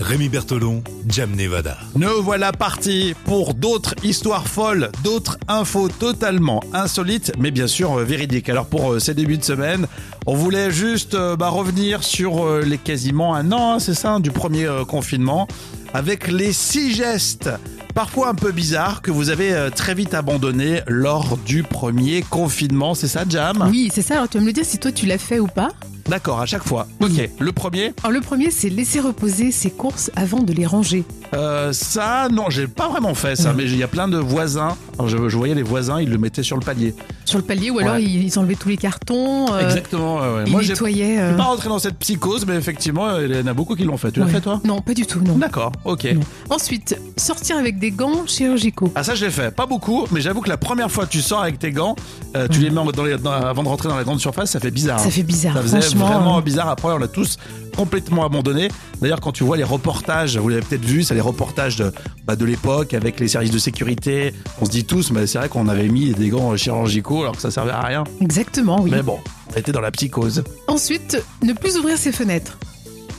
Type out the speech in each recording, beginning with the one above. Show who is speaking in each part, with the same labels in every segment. Speaker 1: Rémi Bertolon, Jam Nevada.
Speaker 2: Nous voilà partis pour d'autres histoires folles, d'autres infos totalement insolites, mais bien sûr euh, véridiques. Alors pour euh, ces débuts de semaine, on voulait juste euh, bah, revenir sur euh, les quasiment un an, hein, c'est ça, hein, du premier euh, confinement, avec les six gestes, parfois un peu bizarres, que vous avez euh, très vite abandonnés lors du premier confinement. C'est ça, Jam
Speaker 3: Oui, c'est ça. Alors, tu vas me le dire si toi tu l'as fait ou pas.
Speaker 2: D'accord, à chaque fois. Ok, le premier,
Speaker 3: Alors, le premier, c'est laisser reposer ses courses avant de les ranger.
Speaker 2: Euh, ça, non, j'ai pas vraiment fait ça, mais il y a plein de voisins. Alors, je, je voyais les voisins, ils le mettaient sur le palier.
Speaker 3: Sur le palier, ou alors
Speaker 2: Ouais.
Speaker 3: ils ils enlevaient tous les cartons. euh,
Speaker 2: Exactement. ouais, ouais.
Speaker 3: Ils
Speaker 2: Moi, j'ai
Speaker 3: nettoyaient.
Speaker 2: je
Speaker 3: euh,
Speaker 2: suis pas rentré dans cette psychose, mais effectivement, euh, il y en a beaucoup qui l'ont fait. Tu l'as
Speaker 3: ouais.
Speaker 2: fait, toi
Speaker 3: Non, pas du tout, non.
Speaker 2: D'accord, ok.
Speaker 3: Non. Ensuite, sortir avec des gants chirurgicaux.
Speaker 2: Ah ça je l'ai fait, pas beaucoup, mais j'avoue que la première fois que tu sors avec tes gants, euh, tu les mets en- dans les- dans- avant de rentrer dans la grande surface, ça fait bizarre. hein.
Speaker 3: Ça fait bizarre,
Speaker 2: Ça faisait
Speaker 3: franchement.
Speaker 2: vraiment
Speaker 3: hein.
Speaker 2: bizarre. Après, on l'a tous complètement abandonné. D'ailleurs, quand tu vois les reportages, vous l'avez peut-être vu, c'est les reportages de, bah, de l'époque avec les services de sécurité. On se dit tous, mais c'est vrai qu'on avait mis des gants chirurgicaux alors que ça servait à rien.
Speaker 3: Exactement, oui.
Speaker 2: Mais bon, on était dans la psychose.
Speaker 3: Ensuite, ne plus ouvrir ses fenêtres.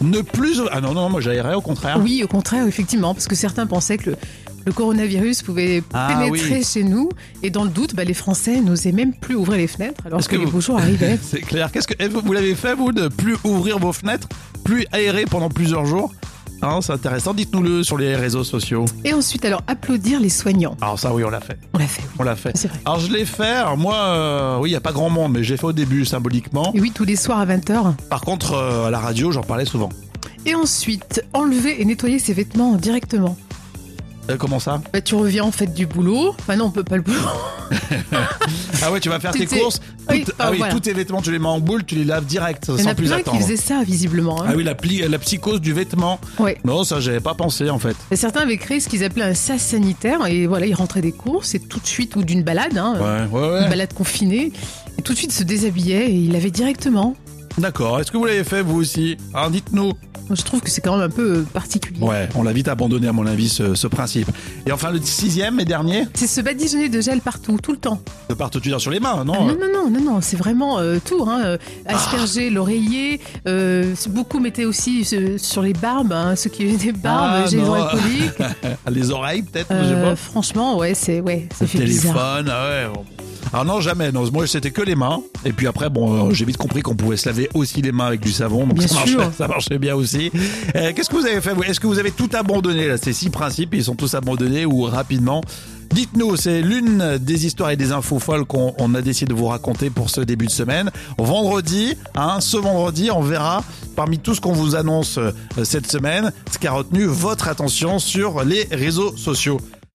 Speaker 2: Ne plus. Ah non, non, moi j'aérais au contraire.
Speaker 3: Oui, au contraire, effectivement, parce que certains pensaient que le, le coronavirus pouvait
Speaker 2: Ah,
Speaker 3: pénétrer
Speaker 2: oui.
Speaker 3: chez nous. Et dans le doute, bah, les Français n'osaient même plus ouvrir les fenêtres alors
Speaker 2: Est-ce
Speaker 3: que,
Speaker 2: que
Speaker 3: les
Speaker 2: vous-
Speaker 3: beaux jours arrivaient.
Speaker 2: C'est clair. Qu'est-ce que eh, vous, vous l'avez fait vous de plus ouvrir vos fenêtres, plus aérer pendant plusieurs jours Hein, c'est intéressant. Dites-nous le sur les réseaux sociaux.
Speaker 3: Et ensuite, alors, applaudir les soignants.
Speaker 2: Alors ça, oui, on l'a fait.
Speaker 3: On l'a fait,
Speaker 2: On l'a fait.
Speaker 3: oui, c'est vrai.
Speaker 2: Alors je l'ai fait. Alors, moi, euh, oui, il y a pas grand monde, mais j'ai fait au début symboliquement.
Speaker 3: Et oui, tous les soirs à 20h.
Speaker 2: Par contre, euh, à la radio, j'en parlais souvent.
Speaker 3: Et ensuite, enlever et nettoyer ses vêtements directement.
Speaker 2: Euh, comment ça
Speaker 3: Bah, tu reviens en fait du boulot. Enfin non, on peut pas le boulot.
Speaker 2: Ah ouais, tu vas faire
Speaker 3: Tu
Speaker 2: tes
Speaker 3: t'es-
Speaker 2: courses.
Speaker 3: oui,
Speaker 2: tout- ah oui,
Speaker 3: voilà.
Speaker 2: tous tes vêtements, tu les mets en boule, tu les laves direct,
Speaker 3: Il y en
Speaker 2: sans
Speaker 3: a
Speaker 2: plus
Speaker 3: plein qui
Speaker 2: attendre.
Speaker 3: faisaient ça visiblement. hein.
Speaker 2: Ah oui, la, pli- la psychose du vêtement.
Speaker 3: Ouais.
Speaker 2: Non, ça, j'avais pas pensé en fait.
Speaker 3: Et Certains avaient créé ce qu'ils appelaient un sas sanitaire et voilà, ils rentraient des courses et tout de suite ou d'une balade, hein,
Speaker 2: Ouais, ouais,
Speaker 3: une
Speaker 2: ouais.
Speaker 3: balade confinée, et tout de suite se déshabillaient et ils l'avaient directement.
Speaker 2: D'accord. Est-ce que vous l'avez fait vous aussi Hein, Dites-nous.
Speaker 3: Moi, je trouve que c'est quand même un peu euh, particulier.
Speaker 2: Ouais, on l'a vite abandonné à mon avis ce, ce principe. Et enfin le sixième et dernier,
Speaker 3: C'est se badigeonner de gel partout, tout le temps.
Speaker 2: de part tu sur les mains,
Speaker 3: Ah,
Speaker 2: non
Speaker 3: non, non, non, non, non, c'est vraiment euh, tout. Hein, euh, asperger
Speaker 2: Ah.
Speaker 3: l'oreiller, euh, beaucoup mettaient aussi euh, sur les barbes, hein, ceux qui avaient des barbes,
Speaker 2: Ah,
Speaker 3: j'ai les
Speaker 2: non.
Speaker 3: oreilles coliques.
Speaker 2: Euh, Les oreilles peut-être, je sais
Speaker 3: Euh,
Speaker 2: pas.
Speaker 3: franchement, ouais, c'est ouais, ça
Speaker 2: Le
Speaker 3: fait bizarre.
Speaker 2: téléphone, ah ouais. bon. Alors non, jamais. Non, moi c'était que les mains. Et puis après, bon, euh, j'ai vite compris qu'on pouvait se laver aussi les mains avec du savon, donc
Speaker 3: Bien
Speaker 2: ça
Speaker 3: sûr.
Speaker 2: marchait, ça marchait bien aussi. Euh, Qu'est-ce que vous avez fait vous Est-ce que vous avez tout abandonné là Ces six principes, ils sont tous abandonnés ou rapidement Dites-nous, c'est l'une des histoires et des infos folles qu'on on a décidé de vous raconter pour ce début de semaine. Vendredi, hein, ce vendredi, on verra parmi tout ce qu'on vous annonce euh, cette semaine, ce qui a retenu votre attention sur les réseaux sociaux.